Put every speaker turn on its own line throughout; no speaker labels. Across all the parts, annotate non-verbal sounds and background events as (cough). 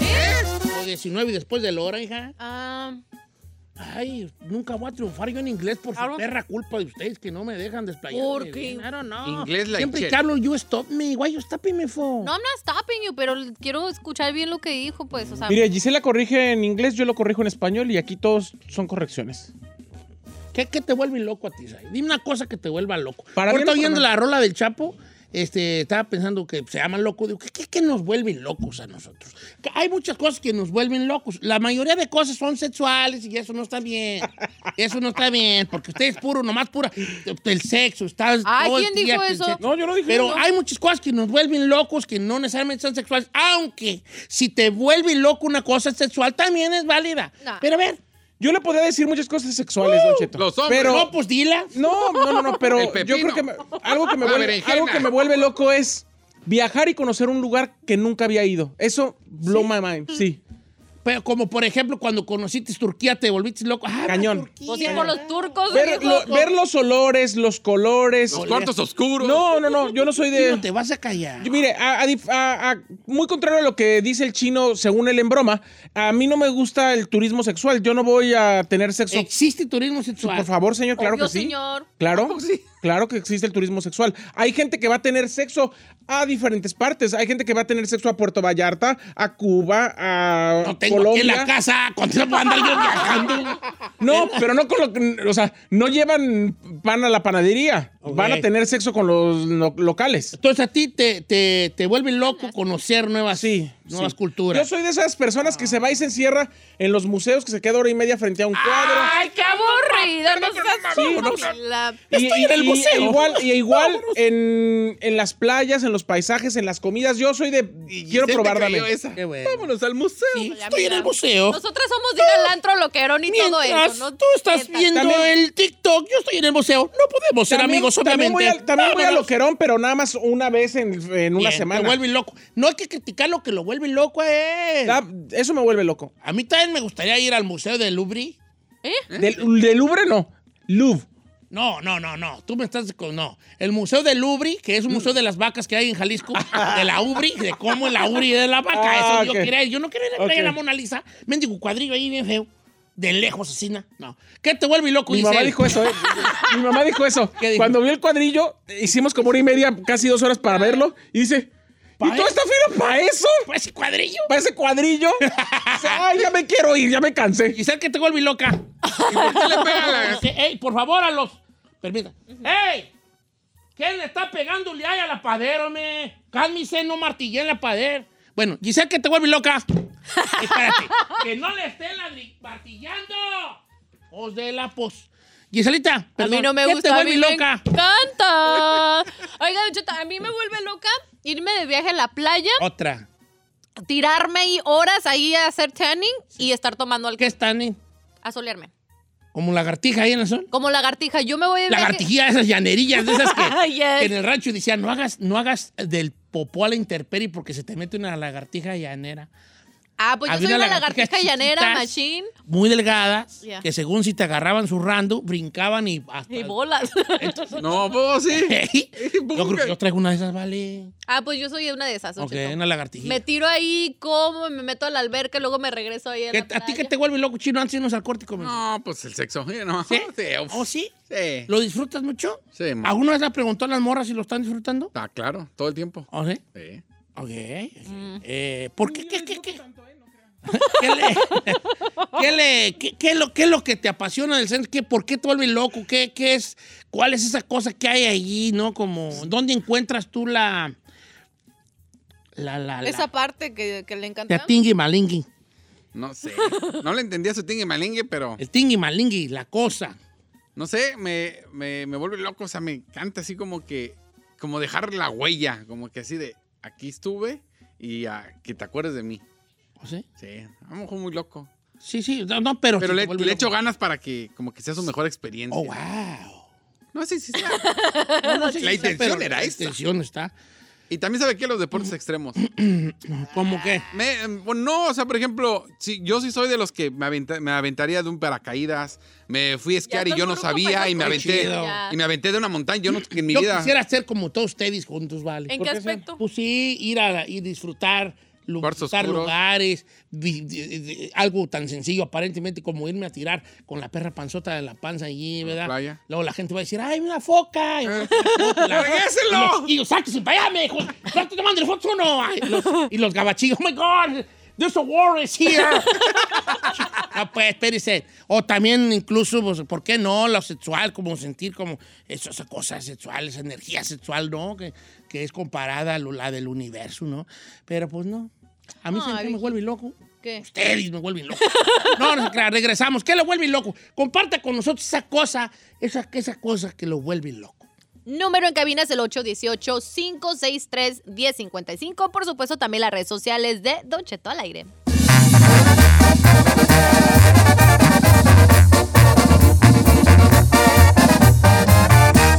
¿Eh?
19 y después de la hora, hija.
Um,
Ay, nunca voy a triunfar yo en inglés por
Claro.
su perra culpa de ustedes que no me dejan desplayar.
¿Por qué?
I don't know.
Inglés like
Siempre
shit.
que hablo, you stop me. Why you stopping me for?
no, I'm not stopping you, pero quiero escuchar bien lo que dijo, pues, o sea.
Mire, Gisela corrige en inglés, yo lo corrijo en español y aquí todos son correcciones.
¿Qué, qué te vuelve loco a ti, Zay? Dime una cosa que te vuelva loco.
Para
Ahorita
bien o
oyendo
para
la rola del Chapo, este, estaba pensando que se llaman loco. Digo, ¿qué, qué, qué nos vuelven locos a nosotros? Que hay muchas cosas que nos vuelven locos. La mayoría de cosas son sexuales y eso no está bien. Eso no está bien, porque ustedes puro, nomás pura, el sexo. Está
Ay,
todo el
¿quién
día
dijo
con el
eso?
sexo.
No, yo no dije
Pero
eso.
hay muchas cosas que nos vuelven locos que no necesariamente son sexuales. Aunque si te vuelve loco una cosa sexual, también es válida.
Nah.
Pero a ver,
Yo le podría decir muchas cosas sexuales, Don Cheto.
Uh, los hombres,
pero-
no, pues dila.
No, no, no, no,
El
pero yo
pepino.
creo que me- algo, que me
La
vuelve,
berenjena.
algo que me vuelve loco es viajar y conocer un lugar que nunca había ido. Eso blow my mind, sí.
Pero como por ejemplo cuando conociste Turquía te volviste loco. Ah,
Cañón.
Turquía.
Pues sí, por los turcos,
Ver,
viejo.
lo- ver los olores, los colores.
los cuartos oscuros.
No, no, no, yo no soy
Sí,
de...
no te vas a callar.
Yo, Mire, a- a dif- a- a- muy contrario a lo que dice el chino, según él en broma, a mí no me gusta el turismo sexual. Yo no voy a tener sexo.
Existe turismo sexual.
Por favor, señor, claro
Obvio,
que sí.
señor.
(laughs)
Claro, claro que existe el turismo sexual. Hay gente que va a tener sexo a diferentes partes. Hay gente que va a tener sexo a Puerto Vallarta, a Cuba, a
No tengo aquí en
Colombia.
la casa contrabanda yo
(laughs)
viajando.
No, pero no con lo que- o sea, no llevan pan a la panadería.
Ok.
Van a tener sexo con los lo- locales.
Entonces a ti te, te, te vuelve loco conocer nuevas,
Sí,
nuevas
sí.
culturas.
Yo soy de esas personas que se va y se encierra en los museos, que se queda hora y media frente a un cuadro.
Ah,
Ay, qué aburrida. No seas
Sí.
La-
Estoy en el museo.
igual, y igual en, en las playas, en los paisajes, en las comidas. Yo soy de.
Y
quiero
se te
probar
cayó
dame.
esa.
Qué bueno.
Vámonos al museo.
pues. Sí, estoy
Hola,
en
Pues mira.
el museo.
Nosotros somos de ir al antro loquerón y todo
Mientras
eso. ¿no?
tú estás
Neta.
viendo
También-
el TikTok, yo estoy en el museo. No podemos ser
También-
amigos,
también
obviamente.
voy al- También voy a
Vámonos.
loquerón, pero nada más una vez en, en una
Bien, Te
semana.
vuelve loco. No hay que criticar lo que lo vuelve loco eh. a él.
Da- Ah, eso me vuelve loco.
A mí también me gustaría ir al museo del Louvre. ¿Eh?
Del, del Louvre no. Louvre.
No, no, no, no. Tú me estás con. No. El Museo del Louvre, que es un museo de las vacas que hay en Jalisco, de la Ubri, de cómo es la Ubri de la vaca.
Ah,
Eso yo
ok.
quería ir. Yo no quería ir a la playa de la
Ok.
Mona Lisa. Mendigo cuadrillo ahí bien feo. De lejos, asesina. No. ¿Qué te vuelve loco?
Mi
dice
mamá
él?
dijo eso, ¿eh? Mi mamá dijo eso.
(laughs) ¿Qué dijo?
Cuando vio el cuadrillo, hicimos como hora y media, casi dos horas para verlo. Y dice:
¿Pa
¿Y todo
eso?
está fino para eso?
Pues sí, cuadrillo.
¿Para ese cuadrillo?
(laughs)
O sea, Ay, ya me quiero ir, ya me cansé.
Giselle, ¿qué te vuelve loca? (laughs) Dice, ¡Ey, por favor, a los! Permita. ¡Ey! ¿Quién le está pegándole ahí a la padera, hombre? Cálmese, no martille en la padera. Bueno, Giselle, ¿qué te vuelve
(laughs)
loca? Espérate. que no le estén ladri- martillando. Os de la pos. Giselita,
A
perdón.
mí no me
¿qué
gusta.
te
a
vuelve
mí
loca?
Me encanta. Oiga, Don Cheto, a mí me vuelve loca irme de viaje a la playa,
Otra.
tirarme ahí horas ahí a hacer tanning y estar tomando
¿Qué
alcohol,
están eh?
a solearme.
Como lagartija ahí en el sol.
Como lagartija, yo me voy de viaje.
Lagartijía, esas llanerillas de
(laughs)
esas que,
Ay, yes.
que en el rancho decían, no hagas, no hagas del popó a la interperi porque se te mete una lagartija llanera.
Ah, pues yo
Había
soy una
unas
lagartija,
lagartijas
llanera,
chiquitas,
machín.
Muy delgadas,
Ya.
que según si te agarraban zurrando, brincaban y... Hasta, (laughs)
Y bolas. (laughs)
No, vos sí.
Ey, yo creo que
Busca.
yo traigo una de esas, vale.
ah, pues yo soy una de esas, Don
Ok,
Cheto.
una lagartija.
Me tiro ahí, como, me meto a la alberca, luego me regreso ahí a la
¿A ti
playa.
qué te vuelve loco, chino? Antes de irnos al corte y comenzar.
No, pues el sexo. eh, No. (laughs)
¿Sí?
uf.
¿Oh, sí?
Sí.
¿Lo disfrutas mucho?
Sí, mo-
¿Alguna vez la preguntó a las morras si lo están disfrutando?
Ah, claro, todo el tiempo.
¿O sí?
Sí.
Ok. Eh, ¿Por qué? ¿Qué, qué, qué? (laughs) ¿Qué le- qué le- qué- qué es lo, qué es lo que te apasiona del centro? ¿Qué, ¿Por qué te vuelve loco? ¿Qué, qué es, ¿Cuál es esa cosa que hay allí? ¿No? Como, ¿dónde encuentras tú la. La, la, la-
Esa parte que, que le
la
encanta.
tingui malingui?
No sé. No le entendía su tingue malingue, pero
El tingui malingui, la cosa.
no sé, me, me, me vuelve loco. O sea, me encanta así como que, como dejar la huella, como que así de aquí estuve y ah, que te acuerdes de mí.
¿O sí?
Sí, a lo mejor muy loco.
Sí, sí, no, no, pero.
Pero
sí te
le,
vuelve
le
loco.
echo ganas para que como que sea su mejor experiencia.
Oh, wow.
No, sí, sí, sí.
No, no sé si
La
sea,
intención
pero
era
La
esa.
intención está.
y también sabe que los deportes extremos.
¿Cómo que?
Me- em, bueno, no, o sea, por ejemplo, si, yo sí soy de los que me, aventa- me aventaría de un paracaídas. Me fui a esquiar y
estás
yo no
muy ruco
sabía
para
y me
esas
aventé.
cosas.
Ya.
Y me aventé de una montaña. Yo no, en mi
Yo
vida.
quisiera ser como todos ustedes juntos, ¿vale?
¿En qué aspecto?
Pues sí, ir a y disfrutar lu-
Cuartos
visitar
oscuros.
lugares, vi- di- di- algo tan sencillo aparentemente como irme a tirar con la perra panzota de la panza allí, ¿verdad?
playa.
Luego la gente va a decir, ¡ay, una
(laughs)
foca! Y- la-
¡Regréselo!
Y yo, sáquese para allá, me dijo, ¡sáquese tomando fotos o no! Ay, los- y los gabachillos, ¡oh, my God! ¡There's a war is
(laughs)
here! Ah, pues, espérese. O también incluso, pues, ¿por qué no? Lo sexual, como sentir como eso- esa cosa sexual, esa energía sexual, ¿no? Que, que es comparada a lo- la del universo, ¿no? Pero pues no. A mí
Ay,
siempre me
viejito.
vuelve loco.
¿Qué?
Ustedes me vuelven loco. No, no, claro, regresamos. ¿Qué lo vuelve loco? Comparta con nosotros esa cosa, esa, esa cosa que lo vuelve loco.
Número en cabina es el 818-563-1055. Por supuesto, también las redes sociales de Don Cheto al aire.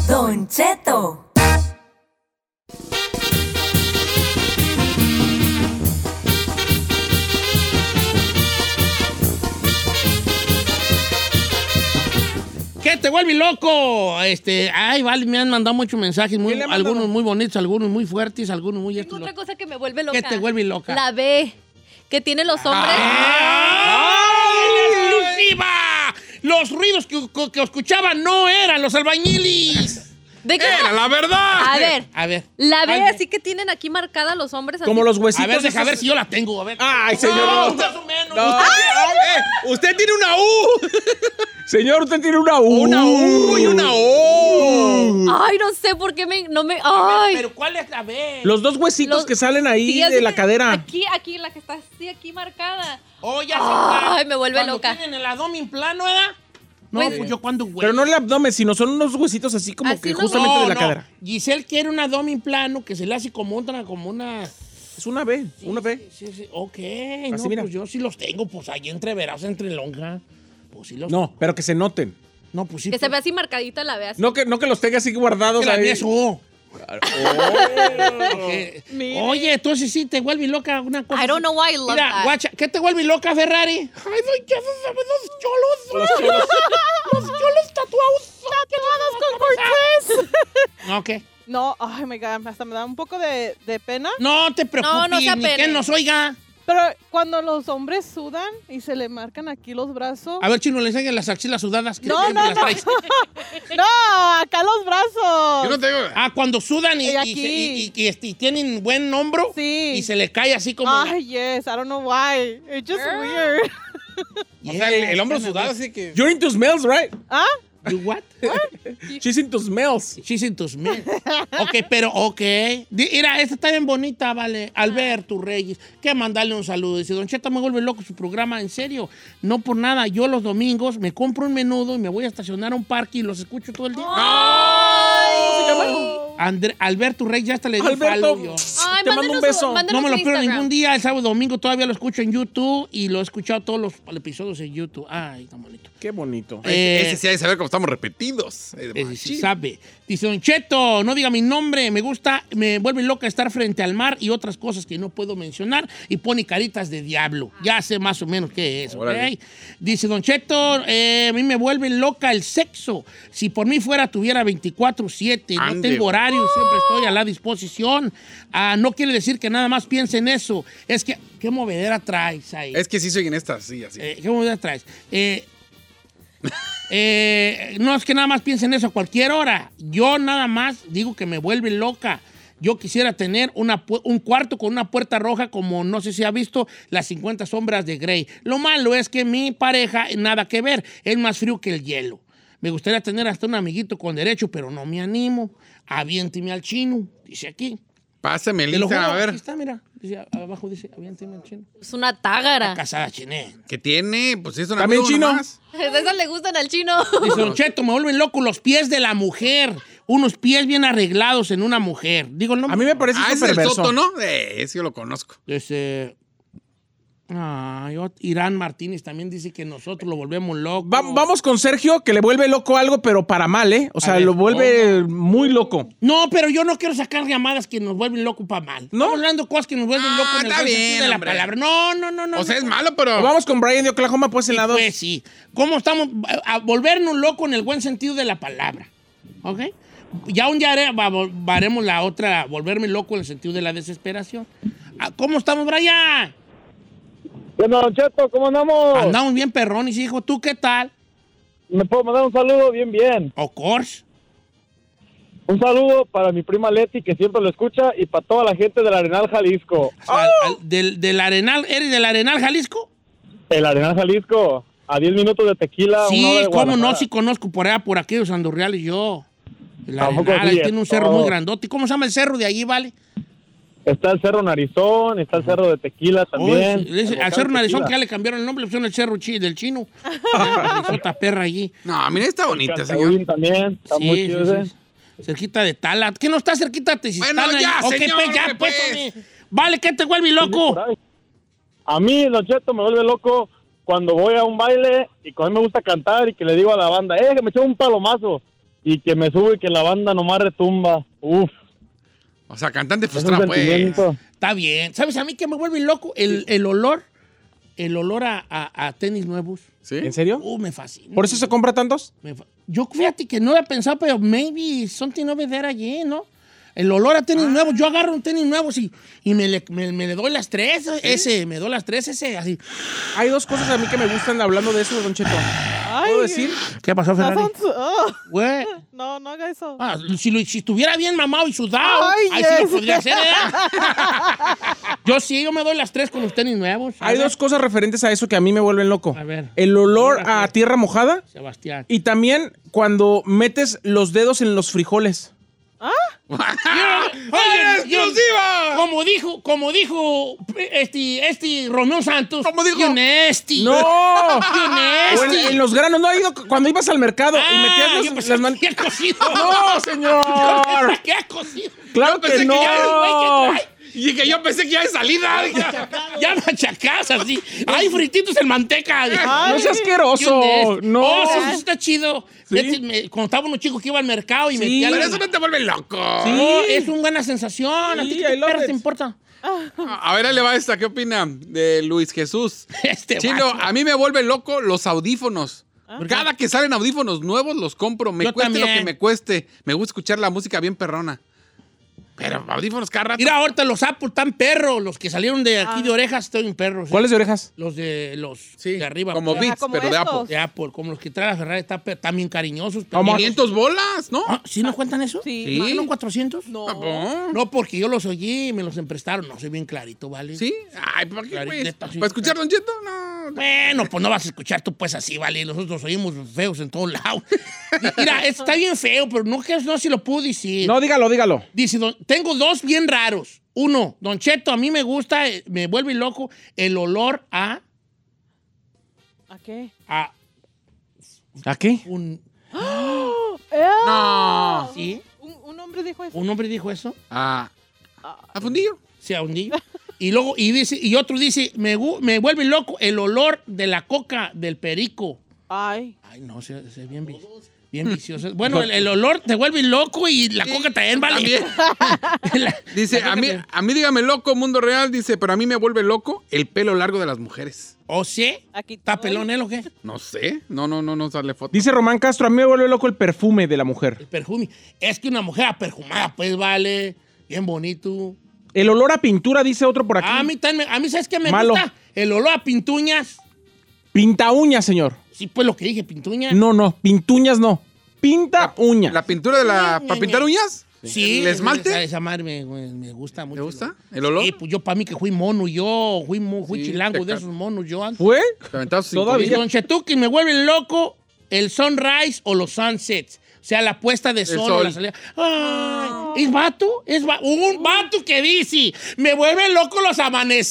Don Cheto.
¿Qué te vuelve loco? Este, ay, vale, me han mandado muchos mensajes, muy,
¿Quién le ha mandado?
algunos muy bonitos, algunos muy fuertes, algunos muy
Tengo
estos,
otra
los-
cosa que me vuelve loca.
¿Qué te vuelve loca?
La B. Que tienen los hombres.
Ah. ¡Ay, la exclusiva! Los ruidos que, que escuchaban no eran los albañiles.
¿De qué?
¡Era la verdad!
A ver.
A ver.
La B,
Eh, Ay,
así que tienen aquí marcada los hombres. así.
Como los huesitos.
A ver, deja
esos-
ver si yo la tengo. A ver.
Ay, señor.
No, más o menos.
No,
Usted-
eh, usted tiene una
(laughs)
U. Señor, usted tiene una U.
¡Una U y una O!
Ay, no sé por qué me, no me. Ay.
Pero ¿cuál es la B?
Los dos huesitos
Los-
que salen ahí
Sí, así
de la
que
cadera.
Aquí, aquí, la que está así aquí marcada.
Oh, ya
Ay, me vuelve
Cuando
loca.
tienen el abdomen plano, ¿verdad? No,
Pues-
pues, yo cuando güey.
Pero no el abdomen, sino son unos huesitos así como
Así
que
no-
justamente de la
no.
cadera.
Giselle quiere un abdomen plano que se le hace como una, como una.
Es una B, una B.
Sí, sí, ok. no,
mira.
pues yo sí los tengo, pues ahí entreverados entre lonja. Pues sí los
No, pero que se noten.
No, pues sí.
Que se
pues,
ve así marcadita la B así.
No que, no que los tenga así guardados
que la
ahí.
mía es O. Porque-
Mire.
Oye, entonces sí te vuelve loca una cosa.
I don't know why I love
Mira,
that.
guacha, ¿qué te vuelve loca, Ferrari? Ay, no, ya se sabe, los
(laughs)
cholos. Los cholos. los cholos tatuados. Tatuados con portugués. No, ¿qué?
No, ay, my God, hasta me da un poco de, de pena.
No te preocupes,
No, no se
ni que
apene.
nos oiga.
Pero cuando los hombres sudan y se le marcan aquí los brazos.
A ver, Chino, le enseñan las axilas sudadas. que
No,
siempre
no,
las
no.
traes.
¡No! ¡Acá los brazos!
Yo no tengo.
Ah, cuando sudan y,
Y
y,
aquí.
se- y- y- y este, y tienen buen hombro
Sí.
y se le cae así como...
Ay, yes, I don't know why. It's just weird.
O sea, el, el hombro sudado así que.
You're into smells, right?
¿Ah?
You what?
She's into smells.
She's into
(laughs)
men. Ok, pero ok. Di- Mira, esta está bien bonita, vale. Alberto Reyes, que mandarle un saludo. Dice, Don Cheta, me vuelve loco su programa, en serio. No por nada, yo los domingos me compro un menudo y me voy a estacionar a un parque y los escucho todo el día. André- Alberto Reyes, ya hasta le dio
Alberto,
follow yo.
Ay,
te
mándenos
mando un
su-
beso.
No
mándenos
me
su
lo pierdo
Instagram.
ningún día. El sábado y domingo todavía lo escucho en YouTube y lo he escuchado todos los episodios en YouTube. Ay, tan bonito.
Qué bonito.
Eh,
Ese sí hay que saber cómo estamos repetidos. Eh,
Ese sí
machín.
sabe. Dice Don Cheto, no diga mi nombre, me gusta, me vuelve loca estar frente al mar y otras cosas que no puedo mencionar y pone caritas de diablo. Ya sé más o menos qué es, ¿ok?
Órale.
Dice Don Cheto, eh, a mí me vuelve loca el sexo. Si por mí fuera, tuviera 24-7. No
Ande.
tengo horario, siempre estoy a la disposición. Ah, no quiere decir que nada más piense en eso. Es que, ¿qué movedera traes ahí?
Es que sí soy en esta, sí, así.
Eh, ¿Qué monedas traes? Eh, eh, no, es que nada más piensen eso a cualquier hora. Yo nada más digo que me vuelve loca. Yo quisiera tener una pu- un cuarto con una puerta roja como no sé si ha visto las 50 sombras de Grey. Lo malo es que mi pareja, nada que ver, es más frío que el hielo. Me gustaría tener hasta un amiguito con derecho, pero no me animo. Aviénteme al chino, dice aquí.
Pásame,
Te lo juro,
Lisa, a
aquí
ver.
está, mira. Dice, abajo dice, aviénteme al chino.
Es una tágara.
Casada chiné.
¿Qué tiene? Pues sí, es una
También chino.
De esas le gustan al chino.
Dice Don Cheto, me vuelven loco los pies de la mujer. Unos pies bien arreglados en una mujer. Digo, no.
A mí me parece
Ah, es
súper
el
verso.
Soto, ¿no? Eh, ese yo lo conozco.
Dice. ay, ot- Irán Martínez también dice que nosotros lo volvemos loco.
Va- vamos con Sergio, que le vuelve loco algo, pero para mal, ¿eh? O sea,
ver,
lo vuelve muy loco.
No, pero yo no quiero sacar llamadas que nos vuelven loco para mal. No. Estamos hablando cosas que nos vuelven
Ah,
loco en el
está
buen
bien,
sentido de la
hombre.
palabra. No, no, no, no.
O sea,
no.
es malo, pero.
Vamos con Brian de Oklahoma, pues en la dos.
Pues sí. ¿Cómo estamos? A a volvernos loco en el buen sentido de la palabra. ¿Ok? Ya un día hare- va- va- haremos la otra, volverme loco en el sentido de la desesperación. Ah, ¿Cómo estamos, Brian?
Bueno, Don Cheto, ¿cómo andamos?
Andamos bien perrones, hijo. ¿Tú qué tal?
¿Me puedo mandar un saludo? Bien, bien.
Of course.
Un saludo para mi prima Leti, que siempre lo escucha, y para toda la gente del Arenal Jalisco.
O sea,
Oh.
al- al- del, del Arenal, ¿eres del Arenal, Jalisco?
El Arenal Jalisco, a 10 minutos de tequila. una hora
Sí,
Ah, de
cómo no,
Guadalajara.
sí conozco por allá, por aquí, los andorreales, yo. El
Tampoco Oh.
Arenal, ahí
así es,
tiene un cerro
todo.
muy grandote. ¿Cómo se llama el cerro de allí, vale?
Está el Cerro Narizón, está el Cerro de Tequila también.
Oh, es- es-
El
al
volcán
cerro
de
Narizón,
Tequila.
que ya le cambiaron el nombre, le pusieron el cerro chi- del
(laughs)
chino. Narizota perra allí.
No, mira, está bonita, señor.
Calcetín también, está
Sí,
muy
sí,
chido
sí,
ese.
sí. Cerquita de Tala. ¿Qué no está cerquita de Tizistán
Bueno, ya,
ahí? Ok,
señor,
pues, ya,
hombre,
pues,
pues.
hombre. Vale, que te vuelve
Por
loco.
ahí. A mí, Don Cheto, me vuelve loco cuando voy a un baile y cuando me gusta cantar y que le digo a la banda, eh, que me echó un palomazo. Y que me sube y que la banda nomás retumba. Uf,
O sea, cantante
es un
frustrado, pues.
sentimiento.
Está bien. ¿Sabes a mí que me vuelve loco? El, el olor, el olor a, a- a tenis nuevos.
¿Sí?
¿En serio?
Uh, me fascina.
¿Por eso se compra tantos?
Me fa- Yo fíjate que no había pensado, pero maybe something over there allí, ¿no? El olor a tenis nuevos. Yo agarro un tenis nuevo y, y me, le, me- me le doy las tres. Ese, me doy las tres, ese, así.
Hay dos cosas a mí que me gustan hablando de eso, Don Cheto.
Ay,
¿Puedo decir?
¿Qué pasó,
estás
Ferrari?
on su- oh,
Güey.
no, no haga eso.
Ah, si, lo- si estuviera bien mamado y sudado,
Ay,
ahí sí lo
yes.
podría hacer, ¿eh? yo sí, yo me doy las tres con los tenis nuevos.
Hay dos cosas referentes a eso que a mí me vuelven loco.
A ver.
El olor a tierra mojada
Sebastián.
y también cuando metes los dedos en los frijoles.
Oigan,
exclusiva!
Como dijo, como dijo este, este Romeo Santos.
¿Cómo dijo?
"You're nasty".
¡No!
You're nasty.
O en, en los granos, no ha ido cuando ibas al mercado y
Ah,
metías
yo
los-
pensé
las manos.
que había cocido. (laughs)
¡No, señor!
¿Qué ha cocido?
¡Claro
pensé
que
que
no!
Ya ves, güey, que trae.
Y que yo pensé que ya de salida. dije,
Ya machacas así. Hay frititos en manteca.
¡No seas asqueroso!
No.
¡No!
Oh, sí, sí, está chido. Este, me- cuando estaba unos chicos que iba al mercado y metía
Pero
la-
eso no te vuelve loco.
No, es una buena sensación. ¿A ti
Sí,
qué
I love
perra
it.
te importa?
A a ver, ahí le va esta. ¿Qué opina de Luis (laughs) Jesús?
Este
Chino,
vato.
a mí me vuelve loco los audífonos.
Ah.
Cada que salen audífonos nuevos los compro. Me
Yo
cueste lo
también.
que me cueste. Me gusta escuchar la música bien perrona. Pero audífonos cada rato.
Mira, ahorita los Apple están perros. Los que salieron de aquí de orejas están bien perros. ¿eh?
¿Cuáles de orejas?
Los de los
Sí,
de arriba.
como
pues.
vi.
Beats,
como
pero de
estos.
Apple.
De Apple, como los que trae la Ferrari, está per- están bien cariñosos. pero-
¿Cómo?
500 bolas, ¿no?
Ah, ¿Sí nos cuentan eso?
Sí.
¿No eran 400?
No.
ah, Papá.
No, porque yo los oí y me los emprestaron. No, soy bien clarito, ¿vale?
¿Sí? Ay, ¿para qué, pues?
Clarineta, sí.
¿Para escuchar Don Cheto? No.
Bueno, pues no vas a escuchar tú pues así, ¿vale? Nosotros oímos feos en todos lados. Mira, está bien feo, pero no, que- no sé si lo puedo decir.
No, dígalo, dígalo.
Dice, don- tengo dos bien raros. Uno, Don Cheto, a mí me gusta, eh, me vuelve loco el olor a,
¿A qué?
a
¿A qué?
un...
Eh,
No.
¿Sí?
un, un hombre dijo eso.
¿Un hombre dijo eso?
Ah. ¿A fundillo?
sea un niño. Y luego, y dice, y otro dice, me, gu- me vuelve loco el olor de la coca del perico.
Ay,
Ay, no, se es bien, vi- bien vicioso. (laughs) Bueno, el, el olor te vuelve loco y la coca también vale.
También.
(laughs) La-
Dice,
la
a
coca
mí,
también.
a mí dígame loco, mundo real, dice, pero a mí me vuelve loco el pelo largo de las mujeres.
O sea,
Aquí
¿está
estoy.
pelón él o qué?
No sé. No, no, no, no sale foto.
Dice Román Castro, a mí me vuelve loco el perfume de la mujer.
El perfume. Es que una mujer aperjumada, pues vale. Bien bonito.
El olor a pintura, dice otro por aquí.
A mí, también, a mí, ¿sabes qué me
Malo.
gusta? El olor a pintuñas.
Pinta uñas, señor.
Sí, pues lo que dije, pintuñas.
No, no, pintuñas no. Pinta uña.
¿La pintura de la...
Ñe,
¿Para
Ñe,
pintar
Ñe.
uñas?
Sí,
¿El
Esa,
esmalte?
esa madre me, me- me gusta mucho.
¿Te gusta?
olor.
¿El olor?
Sí, pues yo para mí que fui mono, yo fui, mo- fui
Sí,
chilango
te
de
ca-
esos monos, yo antes.
¿Fue?
Te aventabas cinco
Todavía.
Y Don Chetuki me vuelve loco el sunrise o los sunsets. O sea, la puesta de sol, o
sol.
la salida. Ay, ¿Es vato? Es va- un vato que dice, me vuelve loco los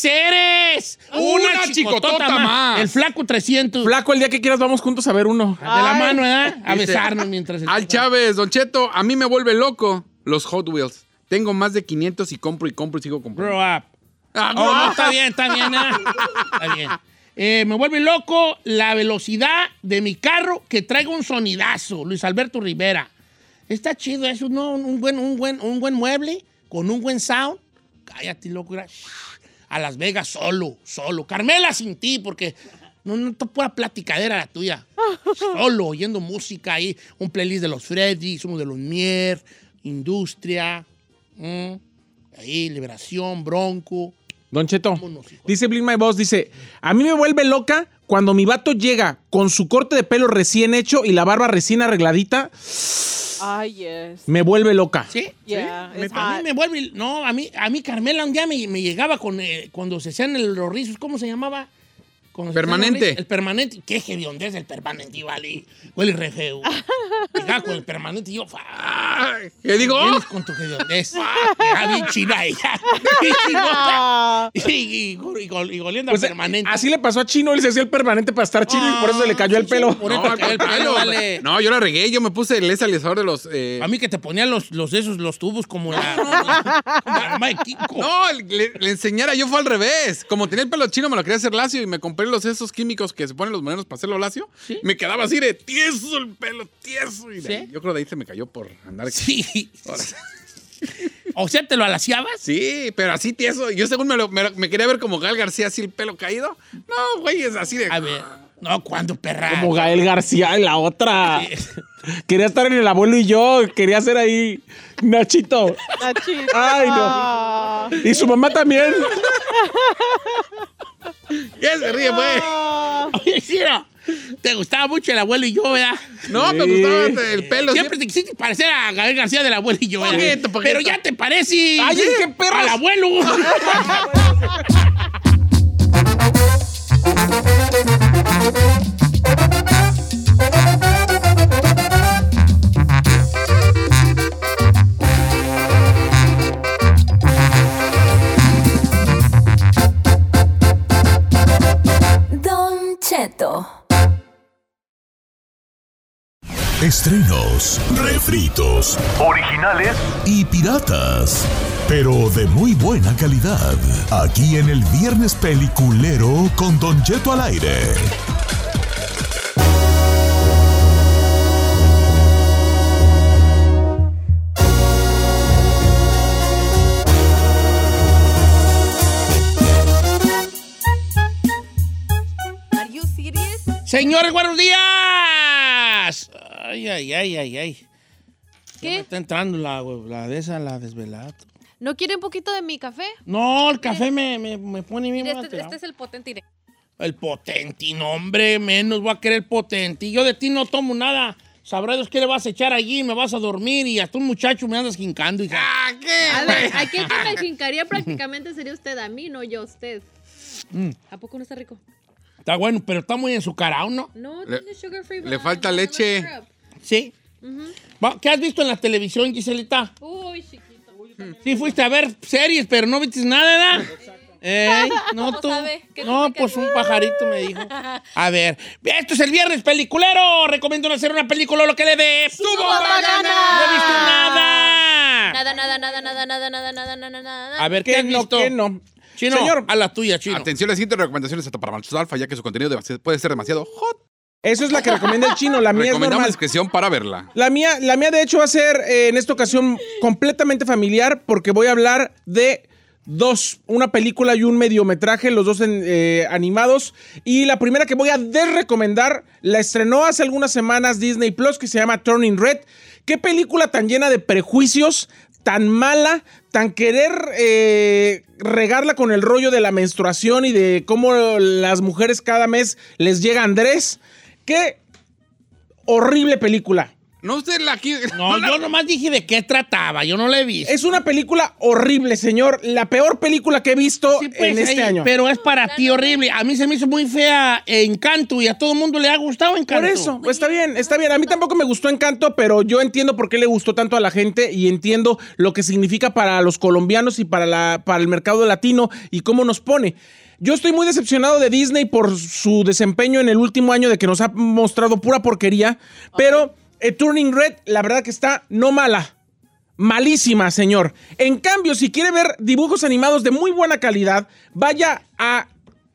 amaneceres. Una, chicotota, más. El flaco 300.
Flaco, el día que quieras vamos juntos a ver uno.
De la mano, ¿verdad? A
Dice,
besarnos mientras... el-
Al Chávez, Don Cheto, a mí me vuelve loco los Hot Wheels. Tengo más de 500 y compro y compro y sigo comprando.
Grow up.
Ah,
Oh, no,
no.
está bien, está bien, ¿eh? Está bien. Eh, me vuelve loco la velocidad de mi carro que traiga un sonidazo, Luis Alberto Rivera. Está chido eso, ¿no? Un buen, un buen, un buen mueble con un buen sound. Cállate, loco. era- A Las Vegas solo, solo. Carmela sin ti, porque no, no está pura platicadera la tuya. Solo, oyendo música ahí. Un playlist de los Freddys, uno de los Mier, Industria. ¿mm? Ahí, Liberación, Bronco.
Don Cheto.
Vámonos, hijo.
Dice Blink My Boss, dice, a mí me vuelve loca cuando mi vato llega con su corte de pelo recién hecho y la barba recién arregladita,
Ay, yes.
me vuelve loca.
¿Sí?
Yeah, it's
A mí
hot.
me vuelve. No, a mí, a mí Carmela un día me, me llegaba con, eh, cuando se hacían el- los rizos, ¿cómo se llamaba? Cuando se hacían los
Permanente.
rizos, El permanente. Qué hediondez el permanente, vale. Huele re feo. Llegaba con el permanente y yo, fa.
¿Qué digo?
Vienes con tu hediondez. Llegaba bien china ella. Bien chinota.
Ah,
Y, y, y gol- y goliendo al
Pues,
permanente.
Así le pasó a Chino, él se hacía el permanente para estar chino y por eso le cayó el
Ah,
pelo.
sí, por eso
(laughs) No,
te cayó el pelo, vale.
no, yo la regué, yo me puse el deslizador de los. eh,
A mí que te ponían los, los esos, los tubos como la. como la mamá de Kiko.
No, le, le enseñara, yo fue al revés. Como tenía el pelo chino, me lo quería hacer lacio y me compré los esos químicos que se ponen los morenos para hacerlo lacio. Me quedaba así de tieso el pelo, tieso. Y de
¿Sí?
ahí- yo creo de ahí se me cayó por andar.
Sí.
Ahora-
O sea, ¿te lo alaciabas?
Sí, pero así tieso. Yo según me, lo- me, lo- me quería ver como Gal García, así el pelo caído. No, güey, es así de.
A ver. No, ¿cuándo, perra?
(laughs) Como Gael García y la otra.
Sí.
Quería estar en el abuelo y yo, quería ser ahí Nachito.
Nachito.
Ay, no.
Ah.
Y su mamá también.
¿Qué se ríe, güey?
Ah.
(laughs) Oye, Ciro, te gustaba mucho el abuelo y yo, ¿verdad?
No, me
Sí.
gustaba el pelo.
Siempre te quisiste parecer a Gabriel García del abuelo y yo, ¿verdad?
Poquito, poquito.
Pero ya te pareces.
Ay, qué perras.
Al abuelo.
Don Cheto.
Estrenos, refritos
Originales
y piratas, pero de muy buena calidad. Aquí en el Viernes Peliculero con Don Jeto al aire.
(laughs) Are you serious?
Señores, buenos días. Ay, ay, ay, ay, ay. Ya me
¿Qué?
Está entrando la, la de esa, la desvelada.
¿No quiere un poquito de mi café?
No, el café me, me, me pone bien
Mira, este,
alterado.
este es el potente.
(laughs)
El potenti, no, hombre, menos voy a querer el potenti. Yo de ti no tomo nada. Sabrá Dios qué le vas a echar allí, me vas a dormir y hasta un muchacho me andas jincando, hija.
Ah, ¿qué?
A
güey?
ver, aquí el que me
(laughs)
jincaría prácticamente sería usted a mí, no yo a usted.
Mm.
¿A poco no está rico?
Está bueno, pero está muy enzucarado, ¿no?
No,
Le-
tiene sugar free.
le falta leche.
Sí. Va, ¿Qué has visto en la televisión, Giselita?
Uy, chiquito.
Mm.
Sí, fuiste a ver series, pero no viste nada, ¿verdad? Ey, no,
¿Cómo
tú.
sabe? ¿Qué
No,
significa
pues
eso?
un pajarito me dijo. A ver, esto es el viernes peliculero. Recomiendo no hacer una película lo que le dé. ¡Subo
banana!
No he visto nada.
Nada, nada, nada, nada, nada, nada, nada, nada, nada.
A ver, ¿qué,
¿Qué
has
no,
visto?
qué no?
Chino,
Señor.
a la tuya, Chino.
Atención a las siguientes recomendaciones hasta para machos alfa, ya que su contenido demasi- puede ser demasiado hot.
Eso es la que recomienda el chino, la mía es
Recomendamos
normal.
discreción para verla.
La mía, la mía, de hecho, va a ser eh, en esta ocasión completamente familiar porque voy a hablar de dos, una película y un mediometraje, los dos en- eh, animados. Y la primera que voy a desrecomendar la estrenó hace algunas semanas Disney Plus que se llama Turning Red. Qué película tan llena de prejuicios, tan mala, tan querer eh, regarla con el rollo de la menstruación y de cómo las mujeres cada mes les llega Andrés. Qué horrible película.
No usted la aquí.
No, yo nomás dije de qué trataba, yo no la he visto.
Es una película horrible, señor. La peor película que he visto
Sí, pues,
en este
ahí,
año.
Pero es para ti horrible. A mí se me hizo muy fea Encanto y a todo el mundo le ha gustado Encanto.
Por eso, pues, está bien, está bien. A mí tampoco me gustó Encanto, pero yo entiendo por qué le gustó tanto a la gente y entiendo lo que significa para los colombianos y para, la, para el mercado latino y cómo nos pone. Yo estoy muy decepcionado de Disney por su desempeño en el último año de que nos ha mostrado pura porquería, pero eh, Turning Red, la verdad que está no mala. Malísima, señor. En cambio, si quiere ver dibujos animados de muy buena calidad, vaya a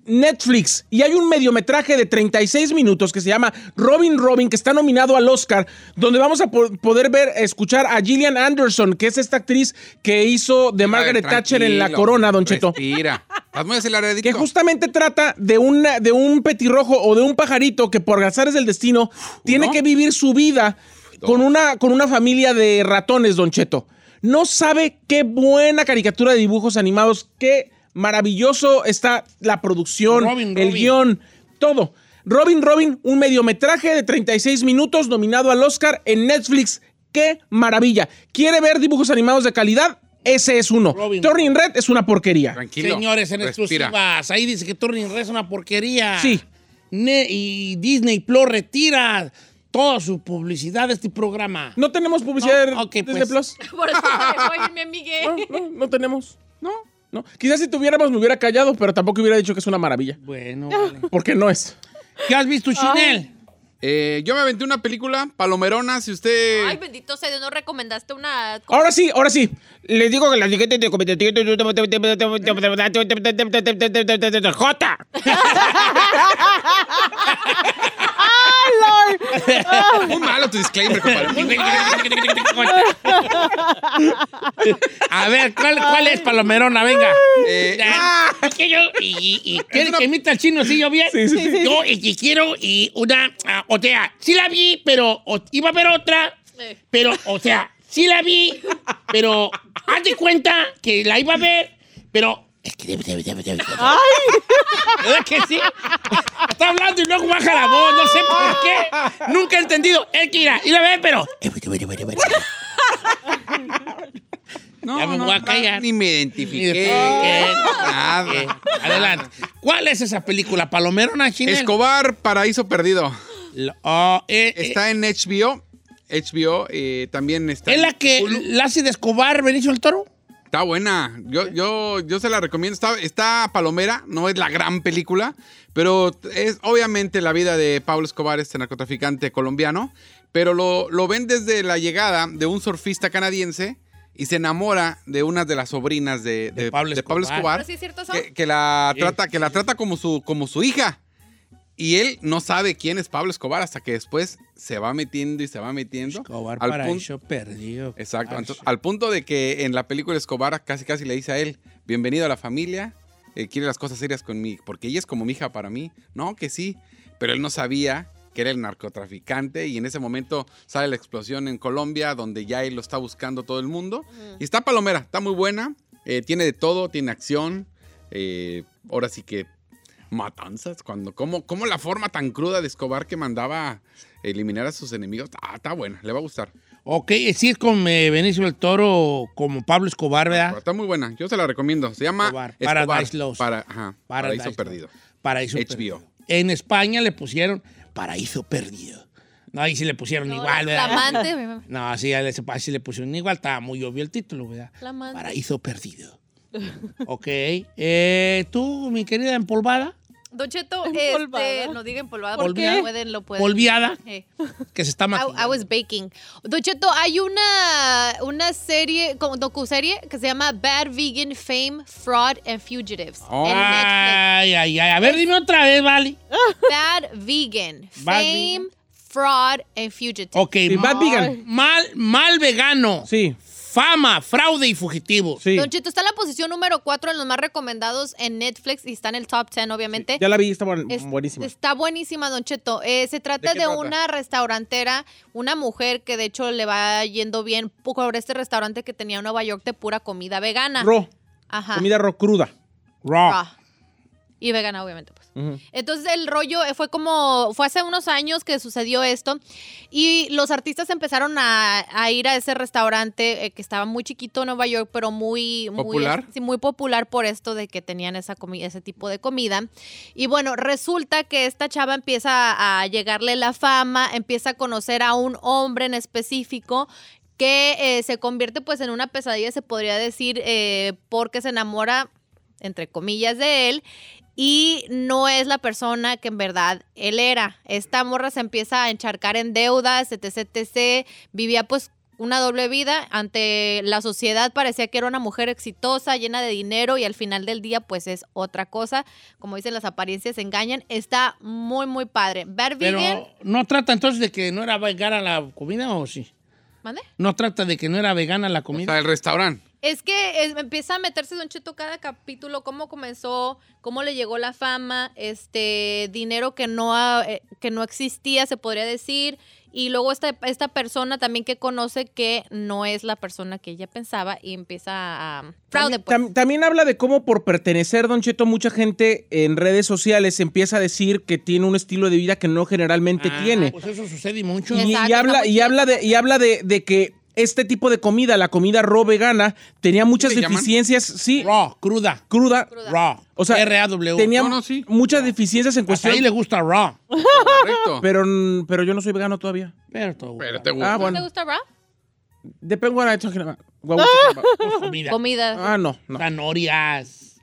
Netflix y hay un mediometraje de 36 minutos que se llama Robin Robin, que está nominado al Oscar, donde vamos a po- poder ver, escuchar a Gillian Anderson, que es esta actriz que hizo de Margaret Thatcher en La
Tranquilo, pues,
Corona, Don Cheto.
Respira. Estás muy aceleradito.
Que justamente trata de, una, de un petirrojo o de un pajarito que por azares del destino tiene que vivir su vida con una, con una familia de ratones, Don Cheto. No sabe qué buena caricatura de dibujos animados, qué maravilloso está la producción,
Robin,
el
Robin.
guión, todo. Robin Robin, un mediometraje de 36 minutos nominado al Oscar en Netflix. ¡Qué maravilla! ¿Quiere ver dibujos animados de calidad? Ese es uno.
Robin.
Turning Red es una porquería.
Tranquilo.
Señores, en
respira.
exclusivas. Ahí dice que Turning Red es una porquería.
Sí.
Ne- y Disney Plus retira toda su publicidad de este programa.
No tenemos publicidad
No, ok,
de Disney
pues.
Plus.
(laughs) Por eso me voy, mi amigue.
(laughs) No, no, no tenemos. No, no. Quizás si tuviéramos me hubiera callado, pero tampoco hubiera dicho que es una maravilla.
Bueno, vale.
Porque no es.
¿qué has visto,
(laughs)
Chinel?
Eh, yo me aventé una película, Palomerona, si usted...
Ay, bendito sea Dios, no recomendaste una.
Ahora sí, ahora sí. Les digo que la etiqueta de
J.
¡Ay, Lord!
Muy malo tu disclaimer,
(laughs)
compadre. Muy bien.
A ver, ¿cuál, cuál es Palomerona? Venga.
Eh,
Ah, es que yo, y, y- y quiere que imita al chino, sí, yo bien.
Sí, sí, sí.
Yo y, que quiero y una, ah, o sea, sí la vi, pero o- iba a ver otra,
Eh.
pero, o sea, sí la vi, pero haz de cuenta que la iba a ver, pero es que debe, debe, debe, debe. ¡Ay! ¿Verdad que sí? Está hablando y luego baja la voz, no sé por qué. Nunca he entendido. Es que ir a, ir a ver, pero.
no,
Ya me voy a callar.
Ni me
Eh,
identifiqué.
eh, eh,
Nada.
adelante. ¿Cuál es esa película? ¿Palomerona, Chinel?
(laughs) Escobar, Paraíso Perdido.
La- ah, eh, eh,
Está en HBO. HBO eh, también está.
¿Es
en
la que
Hulu.
la hace de Escobar Benicio del Toro?
Está buena. Yo, yo, yo se la recomiendo. Está, está Palomera, no es la gran película, pero es obviamente la vida de Pablo Escobar, este narcotraficante colombiano. Pero lo, lo ven desde la llegada de un surfista canadiense y se enamora de una de las sobrinas
De
de, de- de
Pablo Escobar.
Pablo, Escobar.
¿Pero sí es cierto eso?
que, que la
Sí.
trata, que la trata como su, como su hija. Y él no sabe quién es Pablo Escobar hasta que después se va metiendo y se va metiendo.
Escobar
al punto-
Paraíso perdido.
Exacto.
Ay,
Entonces, al punto de que en la película Escobar casi casi le dice a él, bienvenido a la familia, eh, quiere las cosas serias conmigo, porque ella es como mi hija para mí. No, que sí, pero él no sabía que era el narcotraficante y en ese momento sale la explosión en Colombia, donde ya él lo está buscando todo el mundo. Y está Palomera, está muy buena, eh, tiene de todo, tiene acción, eh, ahora sí que matanzas, cuando, ¿cómo, cómo la forma tan cruda de Escobar que mandaba a eliminar a sus enemigos, ah, está buena, le va a gustar.
Ok, sí es con eh, Benicio del Toro, como Pablo Escobar,
Pero
¿verdad?
está muy buena, yo se la recomiendo. Se llama
Ah. Escobar,
Escobar,
Paradise Lost.
Para, ajá, Paraíso
Lost.
Perdido.
Paraíso
HBO.
Perdido. En España le pusieron Paraíso Perdido. No, ahí sí le pusieron igual,
La
¿verdad? (laughs)
amante, mi mamá.
No, así, así le pusieron igual, estaba muy obvio el título, ¿verdad?
La amante.
Paraíso Perdido. ok. eh, ¿Tú, mi querida
(laughs)
empolvada? (laughs)
Don Cheto,
Empolvada.
este, no diga empolvada
¿Por
porque
qué?
lo pueden, lo pueden.
Polviada,
Eh.
que se está
I, I
maquillando.
was baking. Don Cheto, hay una, una serie, como docuserie, que se llama Bad Vegan Fame, Fraud and Fugitives. en Netflix.
Ay, ay, ay. A ver, dime otra vez, Vale.
Bad Vegan
Bad
Fame, Fraud and Fugitives.
Ok,
Y
mal,
Bad Vegan.
mal, mal vegano.
Sí,
Fama, fraude y fugitivo.
sí.
Don Cheto está en la posición número 4 en los más recomendados en Netflix y está en el top 10, obviamente.
Ya la vi, está buen-
Es-
buenísima.
Está buenísima, Don Cheto. Eh, se trata de,
qué trata?
una restaurantera, una mujer que de hecho le va yendo bien por este restaurante que tenía en Nueva York de pura comida vegana.
Ro,
Ajá.
comida ro cruda.
Raw.
raw. Y vegana, obviamente, pues. Entonces el rollo eh, fue como, fue hace unos años que sucedió esto y los artistas empezaron a, a ir a ese restaurante eh, que estaba muy chiquito en Nueva York, pero muy, muy,
¿Popular?
sí, muy popular por esto de que tenían esa comi- ese tipo de comida. Y bueno, resulta que esta chava empieza a, a llegarle la fama, empieza a conocer a un hombre en específico que eh, se convierte pues en una pesadilla, se podría decir, eh, porque se enamora, entre comillas, de él y no es la persona que en verdad él era. Esta morra se empieza a encharcar en deudas, etc, etc. Vivía pues una doble vida ante la sociedad, parecía que era una mujer exitosa, llena de dinero y al final del día pues es otra cosa. Como dicen, las apariencias engañan. Está muy, muy padre. Ver Vegan,
Pero no trata entonces de que no era vegana la comida o sí.
¿mande?
No trata de que no era vegana la
O
comida.
sea, el restaurante.
Es que es- empieza a meterse Don Cheto cada capítulo, cómo comenzó, cómo le llegó la fama, este dinero que no, ha- eh, que no existía, se podría decir, Y luego esta, esta persona también que conoce que no es la persona que ella pensaba y empieza a... Fraude, pues.
Tam- también habla de cómo por pertenecer, Don Cheto, mucha gente en redes sociales empieza a decir que tiene un estilo de vida que no generalmente
Ah,
tiene.
Pues eso sucede mucho.
Y- y,
Exacto, está
habla,
muy
y
chido.
habla, de, y habla de, de que este tipo de comida, la comida raw vegana, tenía muchas
le llaman?
deficiencias, sí,
Raw, cruda.
cruda.
Cruda.
Raw.
O sea,
R-A-W.
tenía
No, no, sí.
muchas deficiencias en
Hasta
cuestión.
ahí le gusta raw. Ah,
Correcto.
Pero, mm, pero yo no soy vegano todavía.
Pero todo.
Pero te gusta.
Ah,
¿No te
bueno.
gusta, bro?
Depende what I'm
(laughs)
talking about. What I'm talking about.
Comida.
Comida.
Ah, no, no.
Zanorias.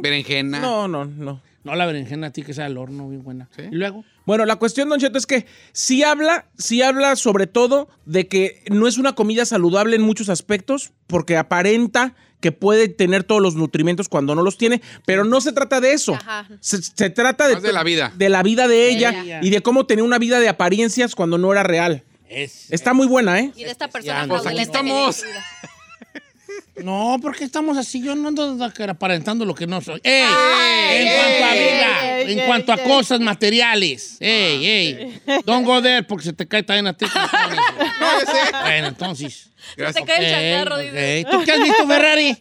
Berenjena.
No, no, no.
No, la berenjena a ti que sea al horno, bien buena.
Sí.
Y luego,
Bueno, la cuestión, Don Cheto, es que sí habla, sí habla sobre todo de que no es una comida saludable en muchos aspectos, porque aparenta que puede tener todos los nutrimentos cuando no los tiene, pero no se trata de eso.
Ajá.
Se, se trata de,
Más de la vida.
De la vida de ella
ella.
y de cómo tenía una vida de apariencias cuando no era real.
es.
Está muy buena, ¿eh?
Y de esta persona
Ya, pues, aquí
fraudulenta que
estamos.
le-
(laughs) No, porque estamos así. Yo no ando aparentando lo que no soy. ¡Ey!
Ay,
en
ey,
cuanto a
ey,
vida,
ey,
en
ey,
cuanto a
ey.
cosas materiales. ¡Ey, ey! Don't go there porque se te cae también a ti.
(laughs) No, ya
(laughs)
sé.
bueno, entonces.
Gracias.
Te cae el
Ey,
chacarro, dice.
ok. ¿Tú qué has visto, Ferrari?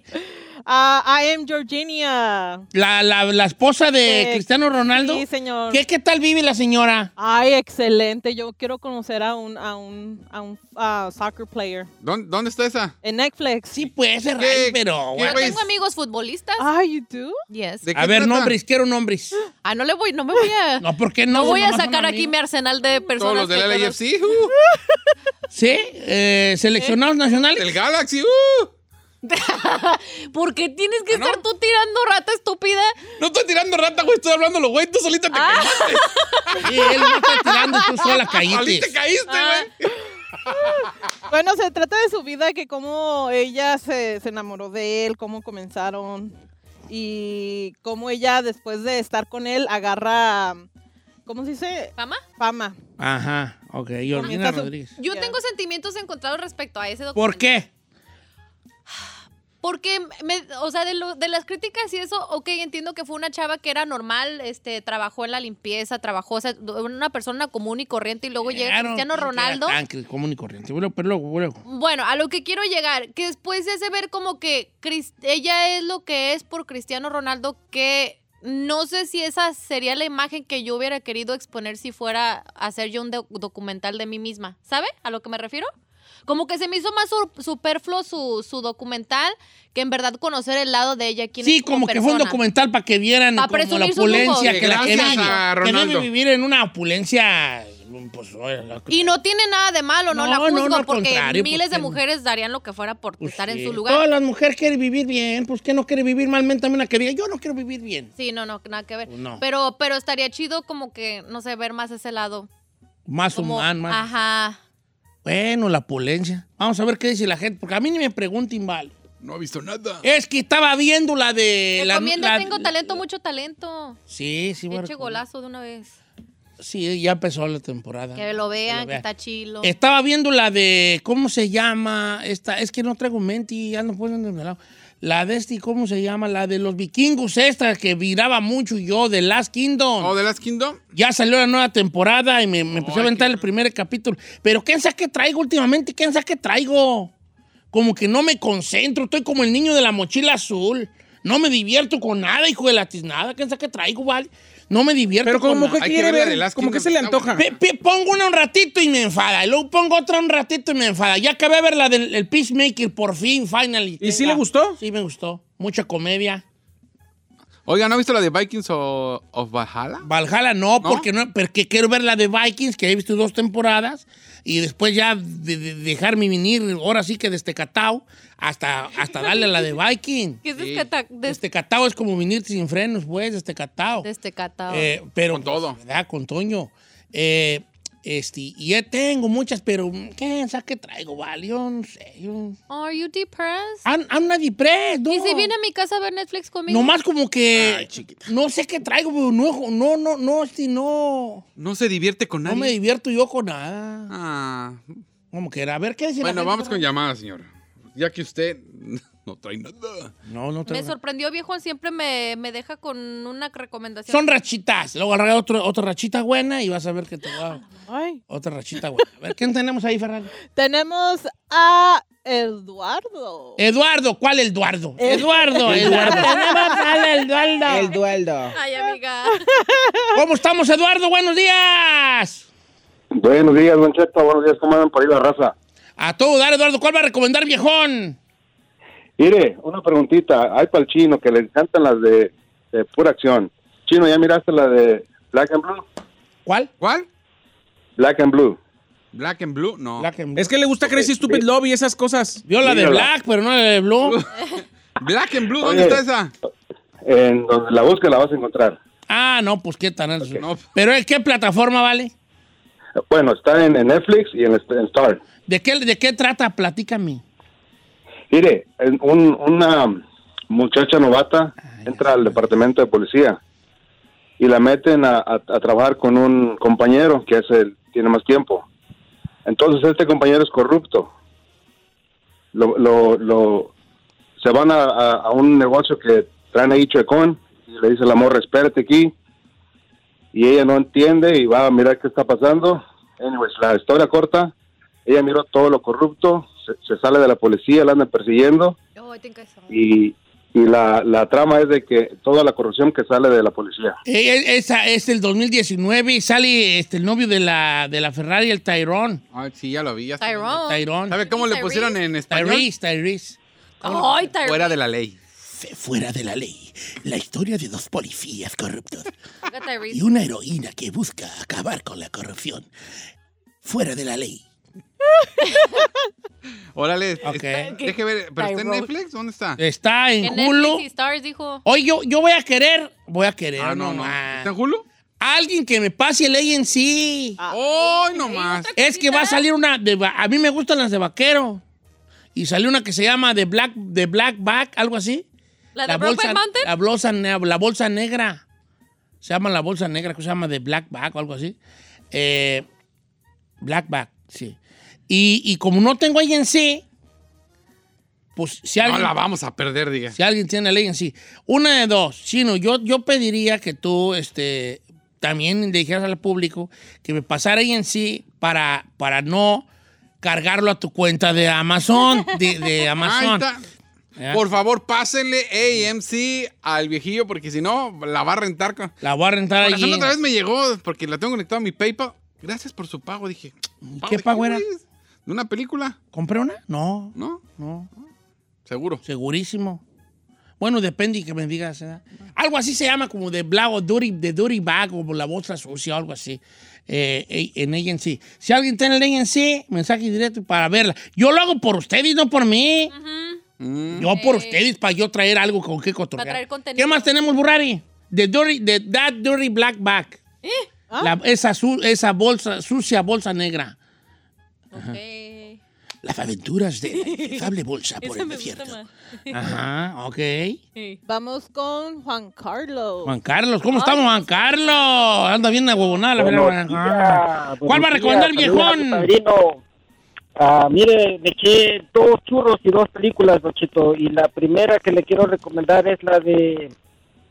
Ah, I am Georgina.
La, la, la esposa de
Eh,
Cristiano Ronaldo.
Sí, señor.
¿Qué, ¿Qué tal vive la señora?
Ay, excelente. Yo quiero conocer a un, a un, a un ah, soccer player.
¿Dónde, dónde está esa?
En Netflix.
Sí, puede ser,
¿Qué-
pero.
qué
what-
Yo tengo
Pues-
amigos futbolistas.
Ah, you do?
Yes.
¿De qué
A ver,
trata?
nombres, quiero nombres.
Ah, no le voy, no me voy a...
No, ¿por qué no?
No voy a
Nomás son
sacar aquí
amigos.
mi arsenal de personas.
Todos los
que
del
conozco.
LAFC. uh,
¿Sí? eh, ¿Seleccionados nacionales? (laughs)
del Galaxy. uh.
¿Por qué tienes que
¿Ah, no?
estar tú tirando rata estúpida?
No estoy tirando rata, güey. Estoy hablando, güey. Tú solita te
Ah.
caíste.
Sí, él no está tirando, tú sola
Solita
caíste.
te caíste,
Ah.
güey.
Ah. Bueno, se trata de su vida, que cómo ella se, se enamoró de él, cómo comenzaron y cómo ella después de estar con él agarra, ¿cómo se dice?
¿Fama?
Fama.
Ajá, ok, Georgina
Comienza su-
Rodríguez.
Yo
Ya.
tengo sentimientos encontrados respecto a ese documento.
¿Por qué?
Porque, me- o sea, de, lo- de las críticas y eso, ok, entiendo que fue una chava que era normal, este, trabajó en la limpieza, trabajó, o sea, una persona común y corriente y luego llega
Claro,
Cristiano
no queda
Ronaldo.
Tan cri- común y corriente. Bueno, pero luego, luego.
Bueno, a lo que quiero llegar, que después se hace ver como que Cris- ella es lo que es por Cristiano Ronaldo, que no sé si esa sería la imagen que yo hubiera querido exponer si fuera a hacer yo un doc- documental de mí misma. ¿Sabe a lo que me refiero? Como que se me hizo más sur- superfluo su, su documental que en verdad conocer el lado de ella. Quién
Sí,
es
como, que fue un
persona.
documental para que vieran
Pa'
como la
presumir sus
opulencia
lujos.
que la que
Gracias
vive.
a
Que debe
Ronaldo.
vivir en una opulencia. Pues, oye, la-
Y no tiene nada de malo, no,
No,
la
no,
juzgo,
no, al
porque
contrario,
miles de
porque-
mujeres darían lo que fuera por
pues,
estar
sí.
en su lugar.
Todas las mujeres quieren vivir bien. Pues, ¿qué no quiere vivir malmente? También la que diga, yo no quiero vivir bien.
Sí, no, no, nada que ver.
No.
Pero, pero estaría chido como que, no sé, ver más ese lado.
Más
Como,
humano, más.
Ajá.
Bueno, la opulencia. Vamos a ver qué dice la gente, porque a mí ni me pregunten mal.
No ha visto nada.
Es que estaba viendo la de... Eh, la-
Recomienda,
la-
tengo talento, mucho talento.
Sí, sí. voy a
Eche
recomendar.
golazo de una vez.
Sí, ya empezó la temporada.
Que lo vean, que
vean.
está chilo.
Estaba viendo la de, ¿cómo se llama? Esta, es que no traigo menti, ya no puedo andar pues de lado. La de este, ¿cómo se llama? La de los vikingos esta que viraba mucho yo, de Last Kingdom.
¿O Oh, de Last Kingdom?
Ya salió la nueva temporada y me, me empecé a
Ay,
aventar
qué-
el primer capítulo. Pero ¿qué sabe que traigo últimamente? ¿Qué sabe que traigo? Como que no me concentro, estoy como el niño de la mochila azul. No me divierto con nada, hijo de la tiznada. ¿Qué sabe que traigo, vale? No me divierto
Pero
con
como
nada.
que
Hay que
quiere
ver la de
ver,
Last
como que
Kingdom.
se le
Ah,
antoja.
bueno.
Pe- pe- pongo una un ratito y me enfada. Y luego pongo otra un ratito y me enfada. Ya acabé de ver la del el Peacemaker por fin, finally.
¿Y sí
Tenga.
le gustó?
Sí, me gustó. Mucha comedia.
Oiga, ¿no ha visto la de Vikings o of Valhalla?
Valhalla no, porque no, porque quiero ver la de Vikings, que he visto dos temporadas, y después ya de- de- dejarme venir, ahora sí que desde Catao, hasta, hasta darle a la de Viking.
¿Qué es
Sí.
este cata- de,
Desde Catao es como venir sin frenos, pues, desde Catao.
de este catao?
Eh, pero,
Con todo.
¿verdad? Con Toño. Eh, este, y ya tengo muchas, pero mm, ¿qué? ¿Sabes qué traigo? Vale, yo no sé. Yo...
¿Are you depressed?
I'm, I'm not depressed, Ah, no.
¿Y si viene a mi casa a ver Netflix conmigo?
Nomás como que...
Ay, chiquita.
no sé qué traigo, pero no, no, no, no, si no...
No se divierte con
No
nadie.
me divierto yo con nada.
Ah.
Como que era, a ver qué dice la
Bueno,
gente,
vamos con
¿verdad?
llamadas, señor. Ya que usted (laughs) No trae nada.
No, no
Me
te
sorprendió, viejo. Siempre me, me deja con una recomendación.
Son rachitas. Luego agarra otro- otra rachita buena y vas a ver que te va.
Ay.
Otra rachita buena. A ver, ¿quién tenemos ahí, Ferran?
Tenemos a Eduardo.
Eh. Eduardo, ¿cuál (laughs) Eduardo? Eduardo, Eduardo. (laughs) Tenemos al Eduardo.
El dueldo.
(laughs)
Ay, amiga.
¿Cómo estamos, Eduardo? Buenos días.
Buenos días, Don Cheto. Buenos días, ¿cómo andan por ahí la raza?
A todo dar, Eduardo. ¿Cuál va a recomendar, viejón?
Mire, una preguntita. Hay para el chino que le encantan las de, de pura acción. Chino, ¿ya miraste la de Black and Blue?
¿Cuál?
¿Cuál?
Black and Blue.
¿Black and Blue? No.
La que...
Es que le gusta Crazy Stupid Love y esas cosas.
Vio la de
Mírala.
Black, pero no la de
(laughs)
Blue.
¿Black and Blue? ¿Dónde
Oye.
está esa?
En donde la busques la vas a encontrar.
Ah, no, pues qué tan.
No.
Pero ¿en qué plataforma vale?
Bueno, está en, en Netflix y en, en Star.
¿De qué, ¿De qué trata? Platícame.
Mire, en un- una muchacha novata entra al departamento de policía y la meten a, a- a trabajar con un compañero que es el, tiene más tiempo. Entonces este compañero es corrupto. Lo, lo- lo- se van a, a- a un negocio que traen ahí chuecón y le dice la morra, espérate aquí. Y ella no entiende y va a mirar qué está pasando. Anyways, la historia corta, ella miró todo lo corrupto, se, se sale de la policía, la andan persiguiendo
Ay, te encasó.
y, y la, la trama es de que toda la corrupción que sale de la policía.
Eh, eh, Esa es el 2019 y sale este, el novio de la, de la Ferrari, el Tyrone.
Ah, sí, ya lo vi. Ya está.
Tyrone.
Tyrone.
¿Sabe cómo le
Tyrese.
pusieron en español?
Tyrese, Tyrese.
Ay, Tyrone.
Fuera de la ley.
Fe- Fuera de la ley, la historia de dos policías corruptos
Fuera Tyrese.
y una heroína que busca acabar con la corrupción. Fuera de la ley.
Órale.
Ok.
está- Deje ver. ¿Pero está en
Tyrone.
Netflix? ¿Dónde está?
Está en,
En
Hulu.
Netflix y Stars dijo.
Hoy yo, yo voy a querer, voy a querer
Ah, no, no.
nomás.
¿Está en Hulu?
Alguien que me pase el ANC.
Ah,
¡Ay, no más!
Es que va a salir una. de va- a mí me gustan las de vaquero. Y salió una que se llama The Black, The Black Back, algo así.
La de Brokeback Mountain.
la, bolsa, ne- la bolsa negra. Se llama la bolsa negra, que se llama The Black Back o algo así. Eh, Black Back, sí. Y, y como no tengo ANC, pues si
No
alguien,
la vamos a perder, diga.
si alguien tiene el ANC, una de dos, Chino, yo, yo pediría que tú este, también le dijeras al público que me pasara ANC para, para no cargarlo a tu cuenta de Amazon. De, de
(laughs) Ahí
Amazon.
está.
Ya.
Por favor, pásenle AMC al viejillo porque si no, la va a rentar. Con...
La voy a rentar
Por
allí.
ejemplo, otra vez me llegó porque la tengo conectada a mi PayPal. Gracias por su pago, dije.
qué
de
pago era?
güey? ¿De una película?
¿Compré una? No,
¿No?
no.
Seguro.
Segurísimo. Bueno, depende y que me digas. ¿eh? Algo así se llama como de black o dirty, de dirty bag o la bolsa sucia o algo así. eh, eh, en ANC. Si alguien tiene el ANC, mensaje directo para verla. Yo lo hago por ustedes, no por mí.
Mm.
Yo por ustedes, para yo traer algo con qué cotorrear.
Para traer contenido.
¿Qué más tenemos, Burrari? De dirty, de that dirty black bag.
¿Eh? ¿Ah?
La- esa, su- esa bolsa, sucia bolsa negra.
Ok.
Las aventuras de la
(laughs)
inefable bolsa por
Esa
el
me gusta
desierto.
más.
Ajá, ok.
Sí.
Vamos con Juan Carlos.
Juan Carlos, ¿cómo estamos, Juan Carlos? Anda bien aguabonada la
Buenos
verdad.
días,
¿Cuál va a
buenos
recomendar,
días, saludos a mi
viejón?
padrino.
Ah, mire, me eché dos churros y dos películas, Dochito. Y la primera que le quiero recomendar es la de.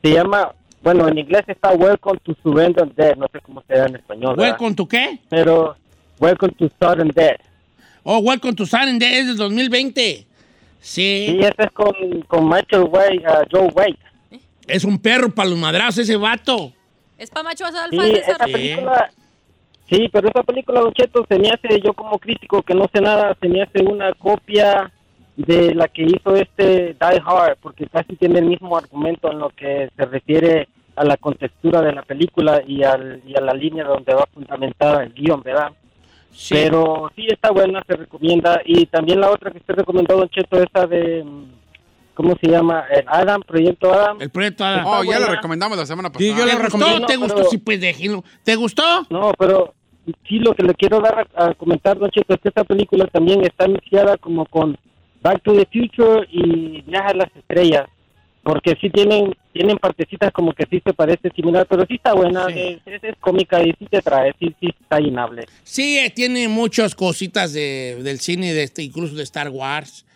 Se llama. Bueno, en inglés está Welcome to Surrender Dead. No sé cómo se da en español. ¿verdad?
¿Welcome to qué?
Pero. Welcome to Sudden Death.
Oh, Welcome to Sun es del 2020. Sí,
Y esa es con, con Michael Way, ah, Joe White.
es un perro para los madrazos ese vato.
Es para machos
Sí,
alfa. esa
esa
Sí.
película. Sí, pero esa película, Docheto, se me hace. Yo como crítico que no sé nada, se me hace una copia de la que hizo este Die Hard, porque casi tiene el mismo argumento en lo que se refiere a la contextura de la película y, al, y a la línea donde va fundamentada el guión, ¿verdad?
Sí.
Pero sí está buena, se recomienda. Y también la otra que usted recomendó, Don Cheto, esa de, mm, ¿cómo se llama? El Adam, Proyecto Adam.
El proyecto (laughs) Adam.
Oh, ya
buena.
la recomendamos la semana
Sí,
pasada.
yo
¿Te
la
gustó?
recomiendo.
¿Te
No,
gustó?
pero-
Sí, pues déjelo. ¿Te gustó?
No, pero sí lo que le quiero dar a, a comentar, Don Cheto, es que esta película también está mezclada como con Back to the Future y Viaja a las Estrellas. Porque sí tienen tienen partecitas como que sí se parece similar, pero sí está buena,
Sí.
es, es cómica y sí te trae, sí, sí está llenable.
Sí, eh, tiene muchas cositas de- del cine, de este, incluso de Star Wars.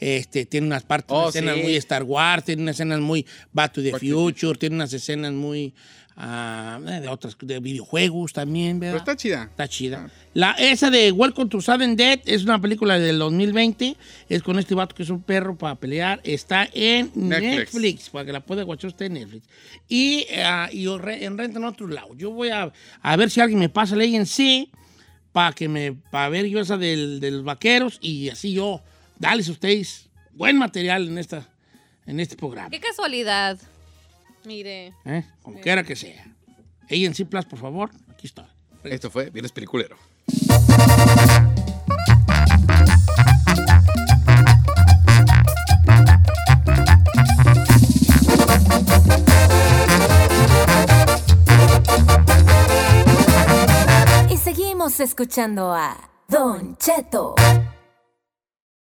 Este, tiene unas partes,
Oh,
unas escenas
sí.
muy Star Wars, tiene unas escenas muy Back to the Future, tiene unas escenas muy ah, de otras, de videojuegos también, ¿verdad?
Pero está chida.
Está chida. La, esa de Welcome to Sudden Death es una película del 2020. Es con este vato que es un perro para pelear. Está en Netflix,
Netflix.
para que la pueda guachar usted en Netflix. Y, ah, y o re- en renta en otro lado. Yo voy a, a ver si alguien me pasa el agency para que me para ver yo esa del, de los vaqueros y así yo darles a ustedes buen material en esta en este programa.
Qué casualidad. Mire.
¿eh? Como quiera que sea. Agency Plus, por favor. Aquí está.
Esto fue Vienes Peliculero.
Y seguimos escuchando a Don Cheto.